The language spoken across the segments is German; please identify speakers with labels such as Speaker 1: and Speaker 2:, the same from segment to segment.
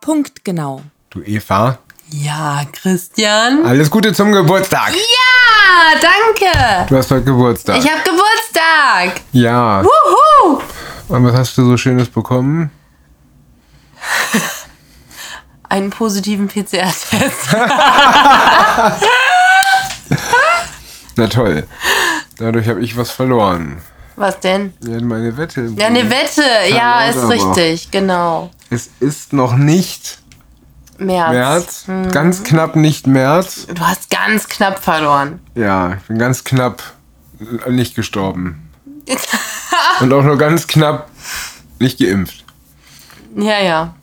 Speaker 1: Punktgenau.
Speaker 2: Du Eva,
Speaker 1: Ja, Christian.
Speaker 2: alles Gute zum Geburtstag.
Speaker 1: Ja, danke.
Speaker 2: Du hast heute Geburtstag.
Speaker 1: Ich habe Geburtstag.
Speaker 2: ja.
Speaker 1: Wuhu.
Speaker 2: Und was hast du so Schönes bekommen?
Speaker 1: Einen positiven PCR-Test.
Speaker 2: Na toll. Dadurch habe ich was verloren.
Speaker 1: Was denn?
Speaker 2: Ja, meine Wette.
Speaker 1: Ja, eine Wette. Ja,
Speaker 2: Laut
Speaker 1: ist
Speaker 2: aber.
Speaker 1: richtig. Genau.
Speaker 2: Es ist noch nicht
Speaker 1: März.
Speaker 2: März.
Speaker 1: Hm.
Speaker 2: Ganz knapp nicht März.
Speaker 1: Du hast ganz knapp verloren.
Speaker 2: Ja, ich bin ganz knapp äh, nicht gestorben. Und auch nur ganz knapp nicht geimpft.
Speaker 1: ja, ja.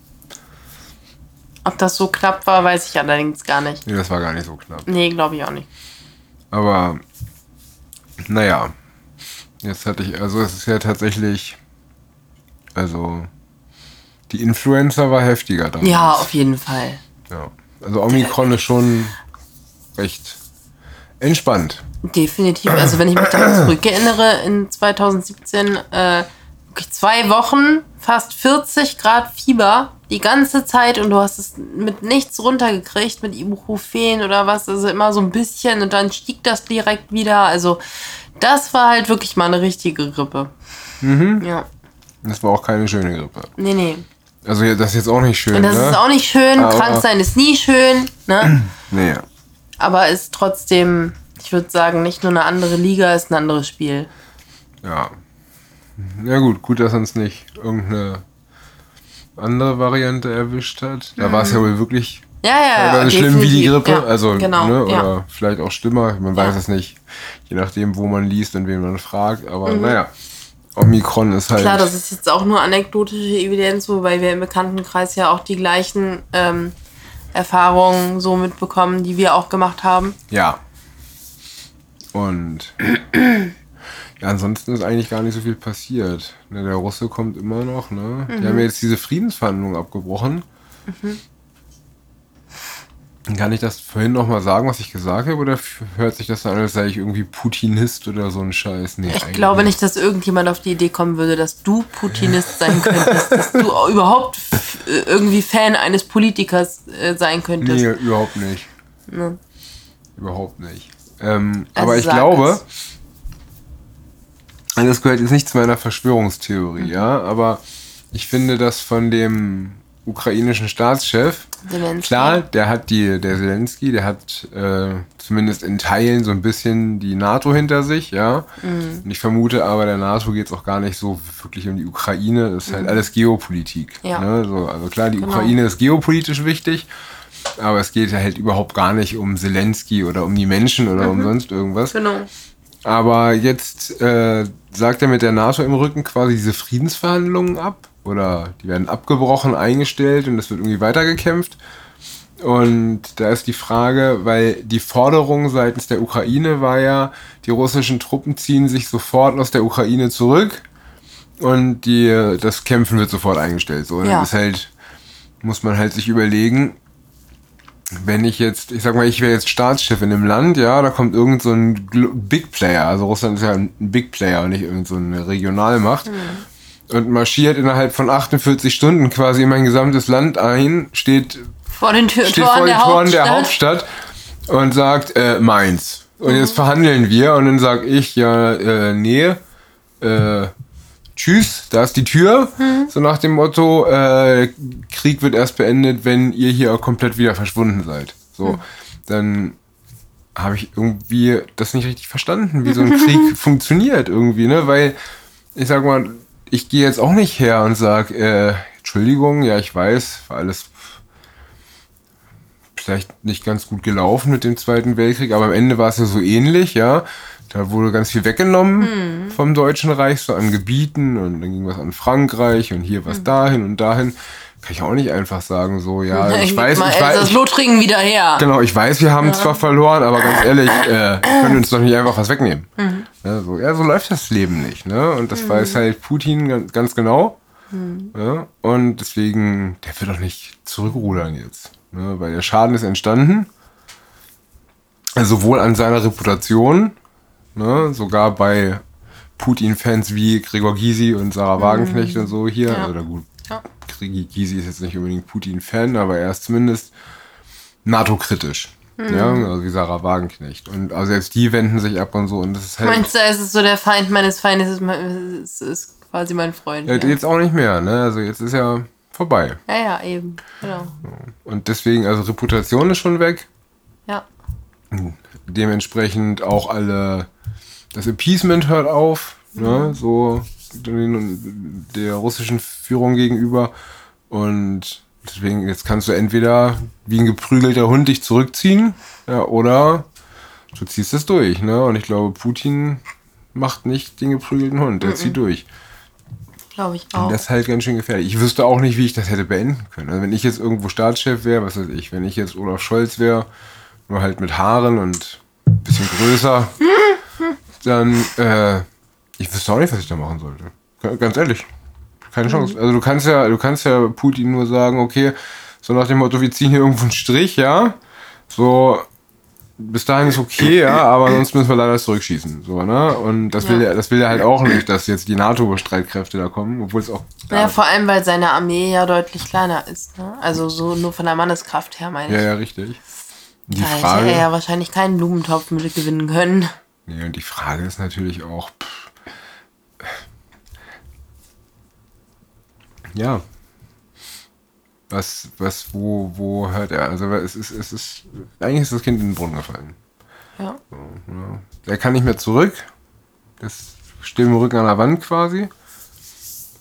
Speaker 1: Ob das so knapp war, weiß ich allerdings gar nicht.
Speaker 2: Nee, das war gar nicht so knapp.
Speaker 1: Nee, glaube ich auch nicht.
Speaker 2: Aber naja, jetzt hatte ich, also es ist ja tatsächlich, also die Influenza war heftiger damals.
Speaker 1: Ja, auf jeden Fall.
Speaker 2: ja. Also Omikron ist schon recht entspannt.
Speaker 1: Definitiv. Also wenn ich mich daran zurückerinnere, in 2017 äh, wirklich zwei Wochen fast 40 Grad Fieber die ganze Zeit und du hast es mit nichts runtergekriegt, mit Ibuprofen oder was, also immer so ein bisschen und dann stieg das direkt wieder. Also das war halt wirklich mal eine richtige Grippe. Mhm. Ja,
Speaker 2: Das war auch keine schöne Grippe.
Speaker 1: nee, nee.
Speaker 2: Also ja, das ist jetzt auch nicht schön,
Speaker 1: Und das
Speaker 2: ne?
Speaker 1: ist auch nicht schön,
Speaker 2: Aber-
Speaker 1: krank sein ist nie schön, ne?
Speaker 2: nee.
Speaker 1: aber ist trotzdem, ich würde sagen, nicht nur eine andere Liga, ist ein anderes Spiel.
Speaker 2: Ja. Na gut, gut, dass uns nicht irgendeine andere Variante erwischt hat.
Speaker 1: Mhm.
Speaker 2: Da war es ja wohl wirklich
Speaker 1: Ja, ja, ja.
Speaker 2: teilweise schlimm wie die
Speaker 1: Äh, definitiv.
Speaker 2: Grippe.
Speaker 1: Ja,
Speaker 2: also,
Speaker 1: genau,
Speaker 2: ne,
Speaker 1: ja.
Speaker 2: oder vielleicht auch schlimmer, man weiß
Speaker 1: Ja.
Speaker 2: es nicht. Je nachdem, wo man liest und wen man fragt. Aber naja, Omikron ist halt.
Speaker 1: Mhm. Klar, das ist jetzt auch nur anekdotische Evidenz, wobei wir im Bekanntenkreis ja auch die gleichen ähm, Erfahrungen so mitbekommen, die wir auch gemacht haben.
Speaker 2: ja. Und. Ja, ansonsten ist eigentlich gar nicht so viel passiert. Ne, der Russe kommt immer noch, ne?
Speaker 1: Mhm.
Speaker 2: Die haben ja jetzt diese Friedensverhandlungen abgebrochen. Kann ich das vorhin nochmal sagen, was ich gesagt habe? Oder f- hört sich das dann an, als sei ich irgendwie Putinist oder so ein Scheiß? Nee,
Speaker 1: Ich glaube nicht, dass irgendjemand auf die Idee kommen würde, dass du Putinist sein könntest, dass du überhaupt f- äh, irgendwie Fan eines Politikers äh, sein könntest.
Speaker 2: Nee, überhaupt nicht. Überhaupt nicht. Ähm,
Speaker 1: Also
Speaker 2: aber ich
Speaker 1: sag
Speaker 2: glaube, also das gehört jetzt nicht zu meiner
Speaker 1: Mhm.
Speaker 2: Verschwörungstheorie, ja, aber ich finde das von dem ukrainischen Staatschef,
Speaker 1: Zelensky.
Speaker 2: klar, der hat die, der Zelensky, der hat äh, zumindest in Teilen so ein bisschen die NATO hinter sich, ja.
Speaker 1: Mhm.
Speaker 2: Und ich vermute aber, der NATO geht es auch gar nicht so wirklich um die Ukraine, das ist halt alles Geopolitik.
Speaker 1: Mhm. Ja. Genau.
Speaker 2: Ne? So, also klar, die Ukraine ist geopolitisch wichtig, aber es geht halt überhaupt gar nicht um Zelensky oder um die Menschen oder um sonst irgendwas.
Speaker 1: Genau.
Speaker 2: Aber jetzt äh, sagt er mit der NATO im Rücken quasi diese Friedensverhandlungen ab. Oder die werden abgebrochen, eingestellt und es wird irgendwie weitergekämpft. Und da ist die Frage, weil die Forderung seitens der Ukraine war ja, die russischen Truppen ziehen sich sofort aus der Ukraine zurück und die, das Kämpfen wird sofort eingestellt. So,
Speaker 1: Ja.
Speaker 2: das ist halt, muss man halt sich überlegen, wenn ich jetzt, ich sag mal, ich wäre jetzt Staatschef in dem Land, ja, da kommt irgend so ein Glo- Big Player, also Russland ist ja ein Big Player und nicht irgend so eine Regionalmacht. Und marschiert innerhalb von 48 Stunden quasi in mein gesamtes Land ein, steht
Speaker 1: Vor den Tür
Speaker 2: steht
Speaker 1: Toren,
Speaker 2: vor den
Speaker 1: der,
Speaker 2: Toren
Speaker 1: Hauptstadt.
Speaker 2: der Hauptstadt und sagt, äh, meins. Und jetzt verhandeln wir und dann sag ich, ja, äh, nee, äh, tschüss, da ist die Tür. So nach dem Motto, äh, Krieg wird erst beendet, wenn ihr hier komplett wieder verschwunden seid. So, dann habe ich irgendwie das nicht richtig verstanden, wie so ein Krieg funktioniert irgendwie, ne? Weil ich sag mal, ich gehe jetzt auch nicht her und sag, äh, Entschuldigung, ja, ich weiß, war alles vielleicht nicht ganz gut gelaufen mit dem Zweiten Weltkrieg, aber am Ende war es ja so ähnlich, ja. Da wurde ganz viel
Speaker 1: Hm.
Speaker 2: weggenommen vom Deutschen Reich, so an Gebieten und dann ging was an Frankreich und hier
Speaker 1: Hm.
Speaker 2: was dahin und dahin. Kann ich auch nicht einfach sagen, so, ja, ich,
Speaker 1: geb
Speaker 2: weiß,
Speaker 1: mal
Speaker 2: ich weiß,
Speaker 1: Elsass
Speaker 2: ich
Speaker 1: Lothringen wieder her.
Speaker 2: Genau, ich weiß, wir haben zwar verloren, aber ganz ehrlich, äh, können uns doch nicht einfach was wegnehmen. Ja, so, ja, so läuft das Leben nicht. Ne? Und das weiß halt Putin ganz, ganz genau. Ja? Und deswegen, der wird doch nicht zurückrudern jetzt. Ne? Weil der Schaden ist entstanden. Also sowohl an seiner Reputation, ne? sogar bei Putin-Fans wie Gregor Gysi und Sarah Wagenknecht und so hier. Also, na gut,
Speaker 1: Mhm. Ja.
Speaker 2: Kriege. Gysi ist jetzt nicht unbedingt Putin-Fan, aber er ist zumindest NATO-kritisch.
Speaker 1: Mhm.
Speaker 2: Ja, also wie Sarah Wagenknecht. Und also selbst die wenden sich ab und so. Und das ist halt.
Speaker 1: Meinst du, es ist so der Feind meines Feindes, ist, mein- ist, ist quasi mein Freund.
Speaker 2: Ja,
Speaker 1: Ja,
Speaker 2: Jetzt auch nicht mehr, ne? Also jetzt ist ja vorbei.
Speaker 1: ja, ja eben. Genau.
Speaker 2: Und deswegen, also Reputation ist schon weg.
Speaker 1: Ja.
Speaker 2: Dementsprechend auch alle. Das Appeasement hört auf, ne? So den, der russischen Führung gegenüber. Und deswegen, jetzt kannst du entweder wie ein geprügelter Hund dich zurückziehen, ja, oder du ziehst es durch, ne? Und ich glaube, Putin macht nicht den geprügelten Hund, der zieht durch.
Speaker 1: Glaube ich
Speaker 2: Und
Speaker 1: auch.
Speaker 2: Das ist halt ganz schön gefährlich. Ich wüsste auch nicht, wie ich das hätte beenden können. Also wenn ich jetzt irgendwo Staatschef wäre, was weiß ich, wenn ich jetzt Olaf Scholz wäre, nur halt mit Haaren und ein bisschen größer, dann, äh, ich wüsste auch nicht, was ich da machen sollte. Ga- Ganz ehrlich.
Speaker 1: Ähm.
Speaker 2: Keine Chance. Also du kannst ja, du kannst ja Putin nur sagen, okay, so nach dem Motto, wir ziehen hier irgendwo einen Strich, ja. So, bis dahin ist okay, ja, aber sonst müssen wir leider zurückschießen. So, ne? Und das will
Speaker 1: Ja.
Speaker 2: ja, das will ja halt auch nicht, dass jetzt die NATO-Streitkräfte da kommen, obwohl es auch.
Speaker 1: Ja, vor allem, weil seine Armee ja deutlich kleiner ist. Ne? Also so nur von der Manneskraft her, meine
Speaker 2: Ja,
Speaker 1: ich.
Speaker 2: ja, richtig. Die
Speaker 1: Da hätte
Speaker 2: Frage,
Speaker 1: er ja wahrscheinlich keinen Blumentopf mit gewinnen können.
Speaker 2: nee, und die Frage ist natürlich auch. Pff, ja. Was, was, wo, wo hört er? Also es ist, es ist, eigentlich ist das Kind in den Brunnen gefallen.
Speaker 1: Ja.
Speaker 2: Er kann nicht mehr zurück. Das steht mit dem Rücken an der Wand quasi.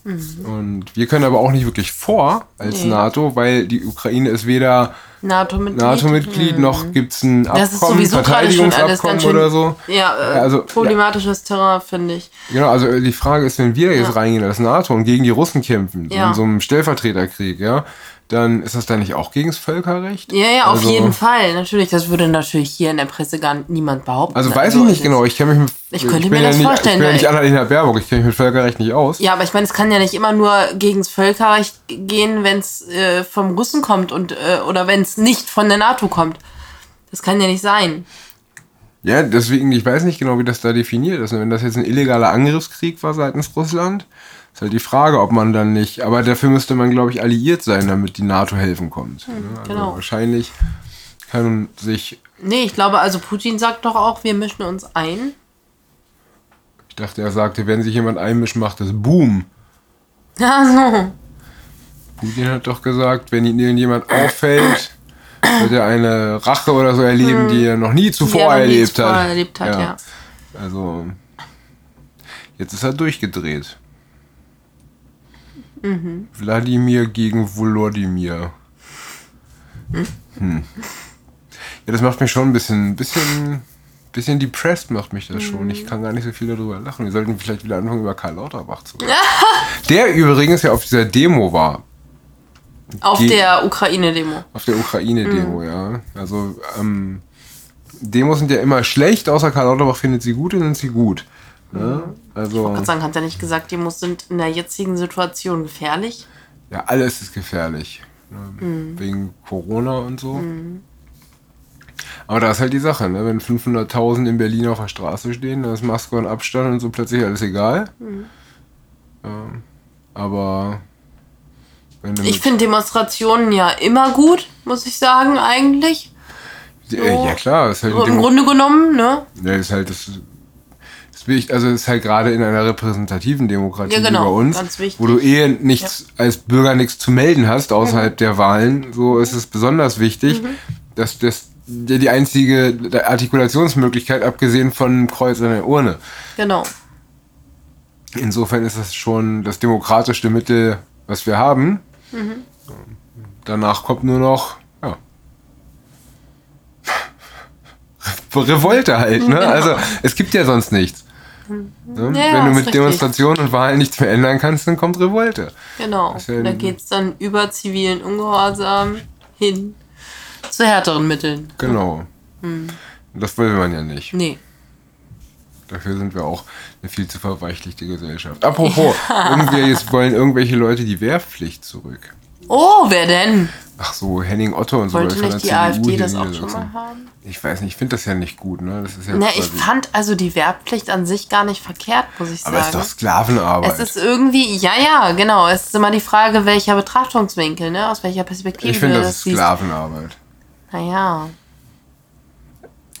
Speaker 2: Und wir können aber auch nicht wirklich vor als
Speaker 1: Mhm. Nee.
Speaker 2: NATO, weil die Ukraine ist weder
Speaker 1: NATO-Mitglied.
Speaker 2: NATO-Mitglied, noch gibt es ein Abkommen,
Speaker 1: Mhm. Das ist sowieso gerade schon alles
Speaker 2: Verteidigungsabkommen
Speaker 1: ganz schön.
Speaker 2: oder so.
Speaker 1: Ja, äh,
Speaker 2: Ja, also-
Speaker 1: problematisches Terrain, finde ich.
Speaker 2: Genau, also die Frage ist, wenn wir jetzt
Speaker 1: Ja.
Speaker 2: reingehen als NATO und gegen die Russen kämpfen, so
Speaker 1: Ja.
Speaker 2: in so einem Stellvertreterkrieg, ja, dann ist das dann nicht auch gegen das Völkerrecht?
Speaker 1: Ja, ja, auf
Speaker 2: Also-
Speaker 1: jeden Fall. Natürlich, das würde natürlich hier in der Presse gar niemand behaupten.
Speaker 2: Also weiß ich
Speaker 1: es
Speaker 2: nicht
Speaker 1: ist-
Speaker 2: genau, ich kenne mich mit,
Speaker 1: Ich könnte
Speaker 2: bin
Speaker 1: mir
Speaker 2: ja
Speaker 1: das
Speaker 2: nicht,
Speaker 1: vorstellen,
Speaker 2: Ich bin ja
Speaker 1: weil-
Speaker 2: nicht Annalena Baerbock, ich kenne mich mit Völkerrecht nicht aus.
Speaker 1: Ja, aber ich meine, es kann ja nicht immer nur gegens Völkerrecht gehen, wenn es äh, vom Russen kommt und äh, oder wenn es nicht von der NATO kommt. Das kann ja nicht sein.
Speaker 2: Ja, deswegen, ich weiß nicht genau, wie das da definiert ist. Und wenn das jetzt ein illegaler Angriffskrieg war seitens Russland, ist halt die Frage, ob man dann nicht. Aber dafür müsste man, glaube ich, alliiert sein, damit die NATO helfen kommt. ne? also
Speaker 1: genau.
Speaker 2: Wahrscheinlich kann sich.
Speaker 1: Nee, ich glaube, also Putin sagt doch auch, wir mischen uns ein.
Speaker 2: Ich dachte, er sagte, wenn sich jemand einmischt, macht es Boom.
Speaker 1: Also,
Speaker 2: Putin hat doch gesagt, wenn ihn irgendjemand auffällt, wird er eine Rache oder so erleben, Hm. die er noch nie zuvor erlebt hat.
Speaker 1: erlebt hat, ja.
Speaker 2: Also, jetzt ist er durchgedreht. Wladimir gegen Volodymyr. Hm. Ja, das macht mich schon ein bisschen, bisschen, bisschen depressed macht mich das schon. Ich kann gar nicht so viel darüber lachen. Wir sollten vielleicht wieder anfangen, über Karl Lauterbach zu reden. Der übrigens ja auf dieser Demo war.
Speaker 1: Auf
Speaker 2: Die-
Speaker 1: der Ukraine-Demo.
Speaker 2: Auf der Ukraine-Demo, ja. Also ähm, Demos sind ja immer schlecht, außer Karl Lauterbach findet sie gut und sind sie gut. Ne? Also
Speaker 1: Gott sei Dank hat er nicht gesagt, Demos sind in der jetzigen Situation gefährlich.
Speaker 2: ja, alles ist gefährlich. Ne?
Speaker 1: Mhm.
Speaker 2: Wegen Corona und so. Aber da ist halt die Sache, ne? wenn 500.000 in Berlin auf der Straße stehen, dann ist Maske und Abstand und so plötzlich alles egal.
Speaker 1: Mhm.
Speaker 2: Ähm, aber wenn du
Speaker 1: Ich
Speaker 2: mit-
Speaker 1: finde Demonstrationen ja immer gut, muss ich sagen, eigentlich.
Speaker 2: äh, ja klar, ist halt
Speaker 1: So
Speaker 2: ein
Speaker 1: Im
Speaker 2: Demo-
Speaker 1: Grunde genommen, ne?
Speaker 2: Ja, ist halt das. das will ich- also ist halt gerade in einer repräsentativen Demokratie
Speaker 1: Ja, genau,
Speaker 2: wie bei uns,
Speaker 1: ganz wichtig.
Speaker 2: wo du eh nichts als Bürger nichts zu melden hast
Speaker 1: Mhm.
Speaker 2: außerhalb der Wahlen, so ist es besonders wichtig, dass das dir die einzige Artikulationsmöglichkeit abgesehen von einem Kreuz an der Urne.
Speaker 1: Genau.
Speaker 2: Insofern ist das schon das demokratischste Mittel, was wir haben. Danach kommt nur noch ja, Revolte halt. Ne? Also es gibt ja sonst nichts. Ne?
Speaker 1: Ja,
Speaker 2: Wenn du
Speaker 1: ist
Speaker 2: mit
Speaker 1: richtig.
Speaker 2: Demonstrationen und Wahlen nichts mehr ändern kannst, dann kommt Revolte.
Speaker 1: Genau.
Speaker 2: Ist ja
Speaker 1: da
Speaker 2: ein-
Speaker 1: geht's dann über zivilen Ungehorsam hin zu härteren Mitteln.
Speaker 2: Genau.
Speaker 1: Hm.
Speaker 2: Das will man ja nicht.
Speaker 1: Nee.
Speaker 2: Dafür sind wir auch eine viel zu verweichlichte Gesellschaft. Apropos, irgendwie jetzt wollen irgendwelche Leute die Wehrpflicht zurück.
Speaker 1: Oh, wer denn?
Speaker 2: Ach so, Henning Otto und so.
Speaker 1: Wollte
Speaker 2: der von
Speaker 1: nicht die
Speaker 2: der CDU
Speaker 1: AfD
Speaker 2: hier
Speaker 1: das
Speaker 2: in
Speaker 1: auch schon
Speaker 2: Niedersachsen.
Speaker 1: mal haben?
Speaker 2: Ich weiß nicht, ich finde das ja nicht gut, ne? Das ist ja
Speaker 1: Na, ich
Speaker 2: quasi-
Speaker 1: fand also die Wehrpflicht an sich gar nicht verkehrt, muss ich
Speaker 2: aber es ist
Speaker 1: sagen.
Speaker 2: doch Sklavenarbeit.
Speaker 1: es ist irgendwie, ja, ja, genau. Es ist immer die Frage, welcher Betrachtungswinkel, ne? Aus welcher Perspektive
Speaker 2: ich finde,
Speaker 1: du
Speaker 2: das ist
Speaker 1: siehst.
Speaker 2: Sklavenarbeit.
Speaker 1: Naja.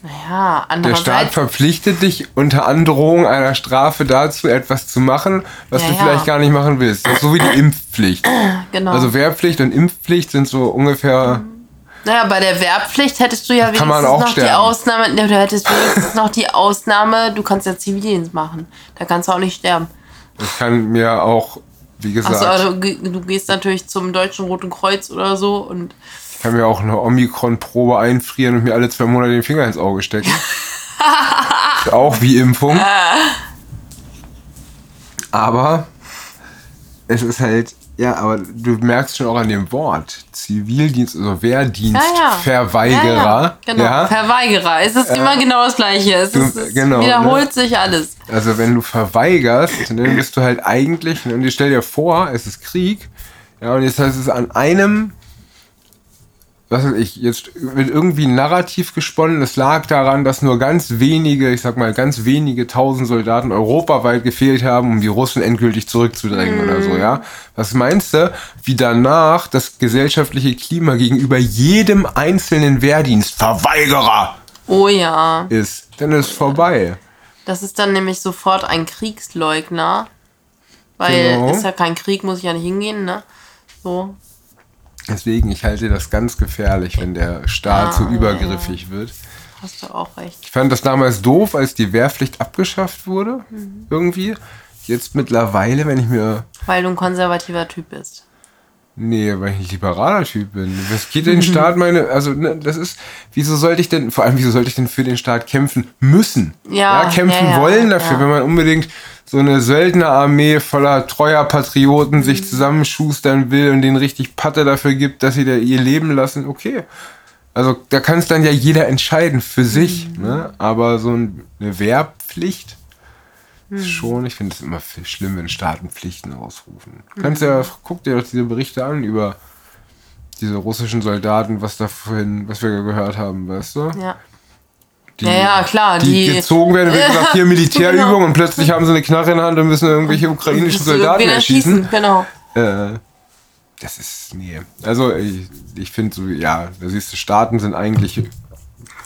Speaker 1: Naja,
Speaker 2: Der Staat
Speaker 1: andererseits.
Speaker 2: verpflichtet dich unter Androhung einer Strafe dazu, etwas zu machen, was
Speaker 1: Ja,
Speaker 2: du
Speaker 1: ja.
Speaker 2: vielleicht gar nicht machen willst. Das ist so wie die Impfpflicht.
Speaker 1: Genau.
Speaker 2: Also Wehrpflicht und Impfpflicht sind so ungefähr.
Speaker 1: Mhm. naja, bei der Wehrpflicht hättest du ja wenigstens
Speaker 2: kann man auch
Speaker 1: noch die
Speaker 2: sterben.
Speaker 1: Ausnahme. Ne, du hättest wenigstens noch die Ausnahme, du kannst ja Zivildienst machen. Da kannst du auch nicht sterben.
Speaker 2: Ich kann mir auch, wie gesagt,
Speaker 1: Achso, also, ge- du gehst natürlich zum Deutschen Roten Kreuz oder so und
Speaker 2: ich kann mir auch eine Omikron-Probe einfrieren und mir alle zwei Monate den Finger ins Auge stecken. Ist auch wie Impfung. Aber es ist halt, ja, aber du merkst schon auch an dem Wort Zivildienst, also Wehrdienst,
Speaker 1: Ja, ja.
Speaker 2: Verweigerer.
Speaker 1: Ja, ja. Genau,
Speaker 2: ja?
Speaker 1: Verweigerer. Es ist immer genau das Gleiche. Es, ist, es
Speaker 2: genau,
Speaker 1: wiederholt sich alles.
Speaker 2: Also wenn du verweigerst, dann bist du halt eigentlich, und stell dir vor, es ist Krieg, ja, und jetzt heißt es an einem, was weiß ich, jetzt wird irgendwie ein Narrativ gesponnen, es lag daran, dass nur ganz wenige, ich sag mal, ganz wenige tausend Soldaten europaweit gefehlt haben, um die Russen endgültig zurückzudrängen oder so, ja. Was meinst du, wie danach das gesellschaftliche Klima gegenüber jedem einzelnen Wehrdienst Verweigerer
Speaker 1: Oh ja.
Speaker 2: ist? Dann ist vorbei.
Speaker 1: Das ist dann nämlich sofort ein Kriegsleugner. Weil
Speaker 2: Genau.
Speaker 1: ist ja kein Krieg, muss ich ja nicht hingehen, ne? So.
Speaker 2: Deswegen, ich halte das ganz gefährlich, wenn der Staat so übergriffig wird.
Speaker 1: Hast du auch recht.
Speaker 2: Ich fand das damals doof, als die Wehrpflicht abgeschafft wurde. Irgendwie. Jetzt mittlerweile, wenn ich mir.
Speaker 1: Weil du ein konservativer Typ bist.
Speaker 2: Nee, weil ich ein liberaler Typ bin. Was geht den Staat meine. Also, ne, das ist. Wieso sollte ich denn. Vor allem, wieso sollte ich denn für den Staat kämpfen müssen?
Speaker 1: Ja,
Speaker 2: kämpfen
Speaker 1: ja, ja,
Speaker 2: wollen dafür,
Speaker 1: ja.
Speaker 2: wenn man unbedingt so eine Söldnerarmee voller treuer Patrioten
Speaker 1: Mhm.
Speaker 2: sich zusammenschustern will und denen richtig Patte dafür gibt, dass sie da ihr Leben lassen. Okay. Also da kann es dann ja jeder entscheiden für sich,
Speaker 1: Mhm.
Speaker 2: ne? Aber so ein- eine Wehrpflicht
Speaker 1: Mhm.
Speaker 2: ist schon, ich finde es immer f- schlimm, wenn Staaten Pflichten ausrufen. Du Kannst
Speaker 1: Mhm.
Speaker 2: ja, guck dir doch diese Berichte an über diese russischen Soldaten, was da vorhin, was wir gehört haben, weißt du?
Speaker 1: Ja.
Speaker 2: Die,
Speaker 1: Ja, ja, klar.
Speaker 2: die,
Speaker 1: Die,
Speaker 2: gezogen werden, wird gesagt, hier Militärübung
Speaker 1: Genau.
Speaker 2: und plötzlich haben sie eine Knarre in der Hand und müssen irgendwelche ukrainischen
Speaker 1: Musst du irgendwen
Speaker 2: Soldaten erschießen.
Speaker 1: erschießen, Genau.
Speaker 2: Äh, das ist, nee. Also ich, ich finde so, ja, da siehst du, Staaten sind eigentlich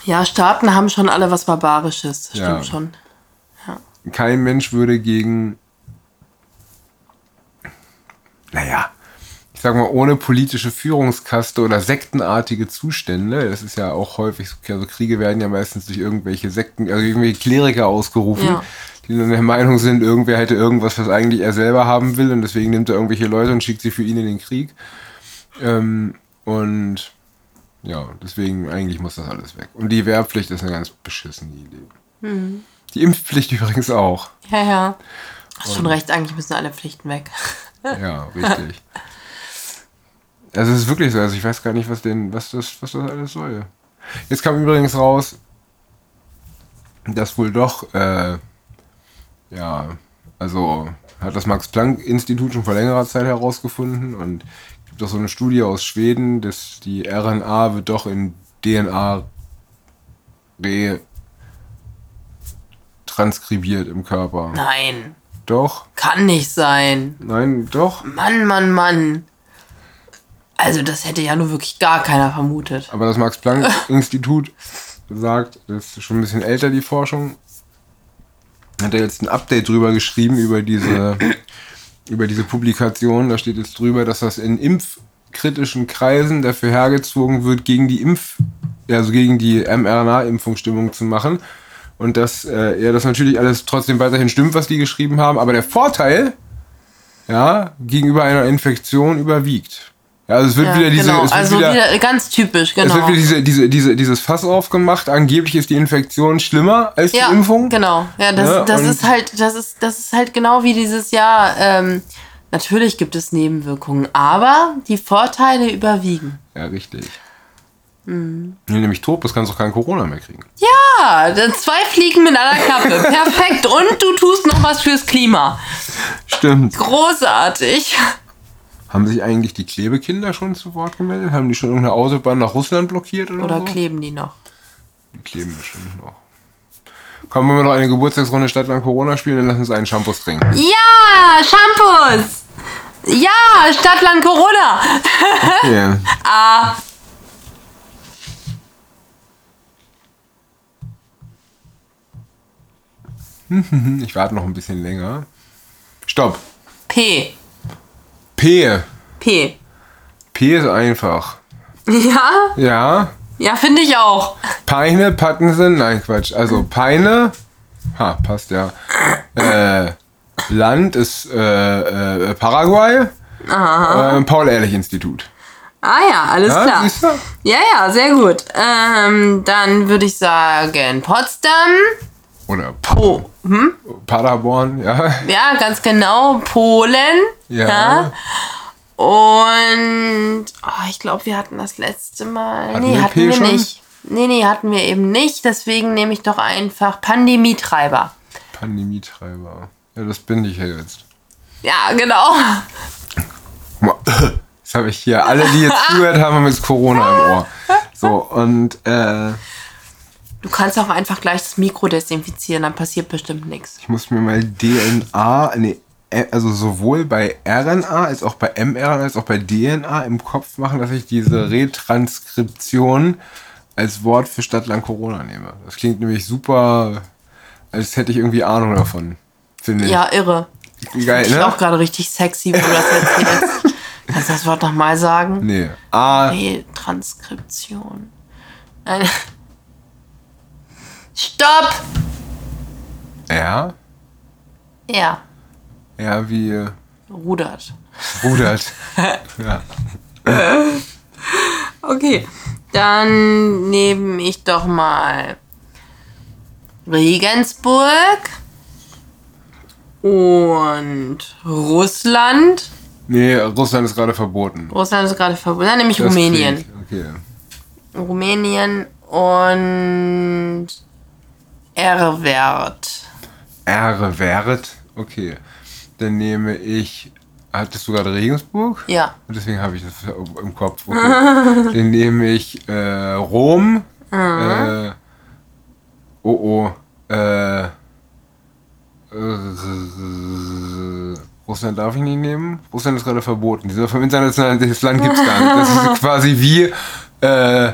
Speaker 1: Ja, Staaten haben schon alle was Barbarisches. Stimmt
Speaker 2: Ja.
Speaker 1: schon.
Speaker 2: kein Mensch würde gegen, naja, ich sag mal, ohne politische Führungskaste oder sektenartige Zustände, das ist ja auch häufig, so, also Kriege werden ja meistens durch irgendwelche Sekten, also irgendwelche Kleriker ausgerufen,
Speaker 1: Ja.
Speaker 2: die dann der Meinung sind, irgendwer hätte irgendwas, was eigentlich er selber haben will und deswegen nimmt er irgendwelche Leute und schickt sie für ihn in den Krieg. Ähm, und ja, deswegen eigentlich muss das alles weg. Und die Wehrpflicht ist eine ganz beschissene Idee. Die Impfpflicht übrigens auch.
Speaker 1: Ja, ja. Hast schon recht, eigentlich müssen alle Pflichten weg.
Speaker 2: Ja, richtig. Also es ist wirklich so, also ich weiß gar nicht, was denn, was das, was das alles soll. Jetzt kam übrigens raus, dass wohl doch, äh, ja, also hat das Max-Planck-Institut schon vor längerer Zeit herausgefunden und gibt auch so eine Studie aus Schweden, dass die RNA wird doch in DNA retranskribiert im Körper.
Speaker 1: Nein,
Speaker 2: Doch,
Speaker 1: kann nicht sein.
Speaker 2: nein, doch.
Speaker 1: Mann, Mann, Mann. Also das hätte ja nur wirklich gar keiner vermutet.
Speaker 2: Aber das Max-Planck-Institut sagt, das ist schon ein bisschen älter, die Forschung. Hat er jetzt ein Update drüber geschrieben, über diese, über diese Publikation. Da steht jetzt drüber, dass das in impfkritischen Kreisen dafür hergezogen wird, gegen die Impf-, also gegen die mRNA-Impfung Stimmung zu machen. Und dass äh, ja, das natürlich alles trotzdem weiterhin stimmt, was die geschrieben haben. Aber der Vorteil, ja, gegenüber einer Infektion überwiegt. Ja, also es wird
Speaker 1: Ja,
Speaker 2: wieder diese.
Speaker 1: genau,
Speaker 2: es wird
Speaker 1: also wieder, ganz typisch, genau.
Speaker 2: es wird wieder diese, diese, diese, dieses Fass aufgemacht. Angeblich ist die Infektion schlimmer als
Speaker 1: ja,
Speaker 2: die Impfung.
Speaker 1: genau. Ja, das,
Speaker 2: Ja,
Speaker 1: das
Speaker 2: und-
Speaker 1: ist halt, das ist, das ist halt genau wie dieses Jahr. Ähm, natürlich gibt es Nebenwirkungen, aber die Vorteile überwiegen.
Speaker 2: Ja, richtig.
Speaker 1: Mhm.
Speaker 2: Wenn du nämlich tot bist, kannst du auch kein Corona mehr kriegen.
Speaker 1: Ja, dann zwei Fliegen mit einer Klappe. Perfekt. Und du tust noch was fürs Klima.
Speaker 2: Stimmt.
Speaker 1: Großartig.
Speaker 2: Haben sich eigentlich die Klebekinder schon zu Wort gemeldet? Haben die schon irgendeine Autobahn nach Russland blockiert oder,
Speaker 1: Oder
Speaker 2: so?
Speaker 1: kleben die noch?
Speaker 2: Die kleben bestimmt noch. Komm, wenn wir noch eine Geburtstagsrunde statt lang Corona spielen, dann lass uns einen Shampoos trinken.
Speaker 1: Ja, Shampoos! Ja, Stadtland Corona!
Speaker 2: Yeah. Ah. Ich warte noch ein bisschen länger. Stopp.
Speaker 1: P.
Speaker 2: P.
Speaker 1: P.
Speaker 2: P ist einfach.
Speaker 1: Ja?
Speaker 2: Ja.
Speaker 1: Ja, finde ich auch.
Speaker 2: Peine, Pattensen, nein, Quatsch. Also Peine, ha, passt ja. Äh, Land ist äh, äh, Paraguay. Äh, Paul-Ehrlich-Institut.
Speaker 1: Ah ja, alles
Speaker 2: Ja,
Speaker 1: klar.
Speaker 2: siehst du?
Speaker 1: Ja, ja, sehr gut. Ähm, dann würde ich sagen Potsdam.
Speaker 2: Oder
Speaker 1: Po hm?
Speaker 2: Paderborn, ja.
Speaker 1: Ja, ganz genau. Polen.
Speaker 2: Ja.
Speaker 1: Und oh, ich glaube, wir hatten das letzte Mal.
Speaker 2: Hatten
Speaker 1: nee,
Speaker 2: wir
Speaker 1: hatten
Speaker 2: P
Speaker 1: wir
Speaker 2: schon?
Speaker 1: nicht. Nee, nee, hatten wir eben nicht. Deswegen nehme ich doch einfach Pandemietreiber.
Speaker 2: Pandemietreiber. Ja, das bin ich ja jetzt.
Speaker 1: Ja, genau.
Speaker 2: Guck mal, Das habe ich hier. Alle, die jetzt zugehört haben, haben jetzt Corona im Ohr. So, und äh,
Speaker 1: Du kannst auch einfach gleich das Mikro desinfizieren, dann passiert bestimmt nichts.
Speaker 2: ich muss mir mal DNA, nee, äh, also sowohl bei RNA als auch bei mRNA als auch bei DNA im Kopf machen, dass ich
Speaker 1: Mhm.
Speaker 2: diese Retranskription als Wort für Stadtland Corona nehme. Das klingt nämlich super, als hätte ich irgendwie Ahnung davon. Finde ich.
Speaker 1: Ja, irre.
Speaker 2: Geil,
Speaker 1: Ich bin
Speaker 2: ne?
Speaker 1: auch gerade richtig sexy, wo du das jetzt redest. Kannst du das Wort nochmal sagen?
Speaker 2: Nee. A,
Speaker 1: Transkription. Nein. Äh, Stopp!
Speaker 2: R,
Speaker 1: Ja,
Speaker 2: R wie äh,
Speaker 1: rudert.
Speaker 2: rudert. ja.
Speaker 1: Okay, dann nehme ich doch mal Regensburg und Russland.
Speaker 2: Nee, Russland ist gerade verboten.
Speaker 1: Russland ist gerade verboten. Dann nehme ich
Speaker 2: Das
Speaker 1: Rumänien.
Speaker 2: klingt- Okay.
Speaker 1: Rumänien und Erwert.
Speaker 2: R wäret. Okay. Dann nehme ich. Hattest du gerade Regensburg?
Speaker 1: Ja.
Speaker 2: Und Deswegen habe ich das im Kopf. Okay. Dann nehme ich äh, Rom. Äh, oh oh. Äh, äh, Russland darf ich nicht nehmen. Russland ist gerade verboten. Dieser vom internationalen dieses Land gibt es gar nicht. Das ist quasi wie. Äh,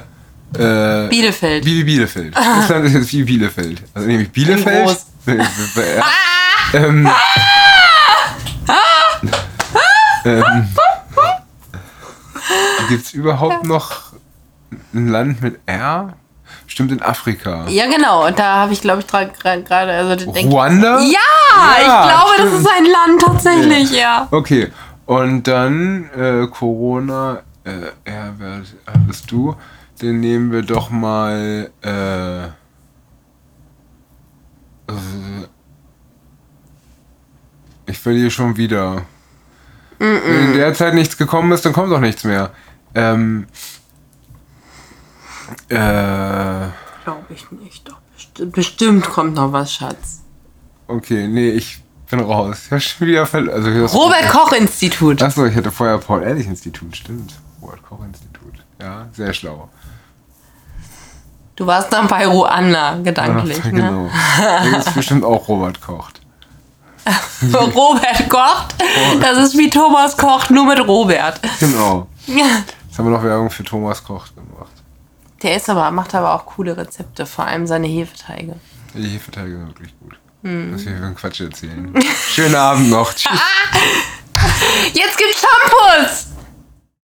Speaker 2: äh,
Speaker 1: Bielefeld.
Speaker 2: wie Bielefeld. Russland ist jetzt wie Bielefeld. Also nehme ich Bielefeld. Äh,
Speaker 1: groß. Ah!
Speaker 2: Ja. ähm, ähm, Gibt es überhaupt noch ein Land mit R? Bestimmt in Afrika.
Speaker 1: ja, genau. Und da habe ich, glaube ich, dra- gra- gerade. Also, da denk ich-
Speaker 2: Ruanda?
Speaker 1: ja,
Speaker 2: Ja,
Speaker 1: ich glaube, das
Speaker 2: stimmt.
Speaker 1: ist ein Land tatsächlich, ja.
Speaker 2: Okay, und dann äh, Corona, äh, er wird, hattest du, den nehmen wir doch mal, äh, äh, ich verliere schon wieder. Wenn in der Zeit nichts gekommen ist, dann kommt doch nichts mehr. Ähm, äh,
Speaker 1: Glaube ich nicht. Doch, besti- bestimmt kommt noch was, Schatz.
Speaker 2: okay, nee, ich bin raus. Ich hab schon wieder verloren. Also, ich hab's-
Speaker 1: Robert Koch-Institut.
Speaker 2: Achso, ich hätte vorher Paul Ehrlich Institut, stimmt. Robert Koch Institut. Ja, sehr schlau.
Speaker 1: Du warst dann bei Ruanda, gedanklich. ne?
Speaker 2: Ja, genau. Da ist bestimmt auch Robert kocht.
Speaker 1: Robert kocht. Das ist wie Thomas kocht, nur mit Robert.
Speaker 2: Genau.
Speaker 1: Ja.
Speaker 2: Jetzt haben wir noch Werbung für Thomas Koch gemacht.
Speaker 1: Der ist aber, macht aber auch coole Rezepte, vor allem seine Hefeteige.
Speaker 2: Die Hefeteige sind wirklich gut. Was wir für einen Quatsch erzählen. Schönen Abend noch. Tschüss.
Speaker 1: Jetzt gibt's Shampoos!